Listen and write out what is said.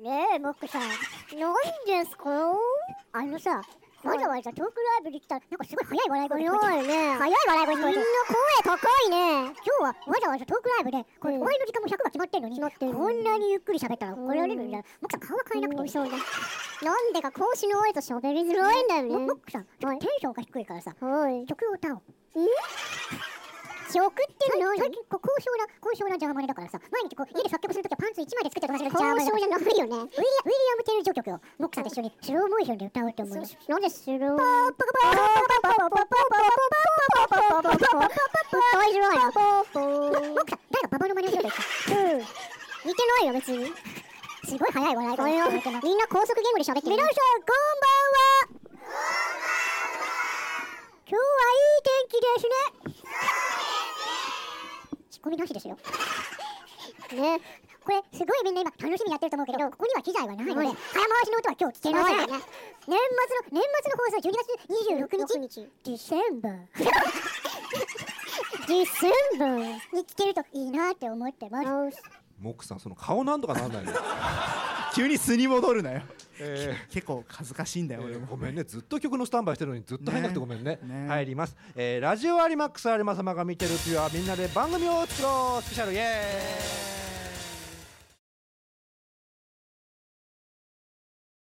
ねえ、僕さ、なんですかあのさ、わざわざトークライブに来た、なんかすごい早い笑い声聞こえてる。ね早い笑い声聞こえてる。声高いね。今日はわざわざトークライブで、これ、終わりの時間も100が決まってんのに、ってんのこんなにゆっくり喋ったら怒られるんだうよ。僕さ、顔は変えなくていい。そうだ。なんでか講師の多いと喋りづらいんだよね。僕さ、ちょっとテンションが低いからさ、はい。曲を歌おう。食って最ない最近こう高尚な、高尚なジャーマネだからさ、毎日こう、家で作曲するときはパンツ1枚で作ってるとか交渉ウィリじゃないよね。アム・テル序曲を、僕さんと一緒にスローモーションで歌おうと思うよ。なんでする歌いづらいな。僕さん、誰がババの真似をしろと言った似てないよ、別に。すごい早い笑い声聞こえてますみんな高速言語で喋ってる。皆さん、こんばんは。今日はいい天気ですね。ツッコミなしですよ。ね。これ、すごいみんな今、楽しみにやってると思うけど、ここには機材はないので、はい早回しの音は今日聞けません。そ年うだ末ね、の年末の放送、12月26 6日。日、ディセンバー。 ディセンバーに聞けるといいなって思ってます。モックさんその顔なんとかなんないの、急に素に戻るなよ。えー結構恥ずかしいんだよ、俺えーも。ごめんねずっと曲のスタンバイしてるのにずっと入んなくてごめんねねね入ります、えーラジオ有マックス有馬様が見てるピュアみんなで番組を作ろうスペシャルイエーイ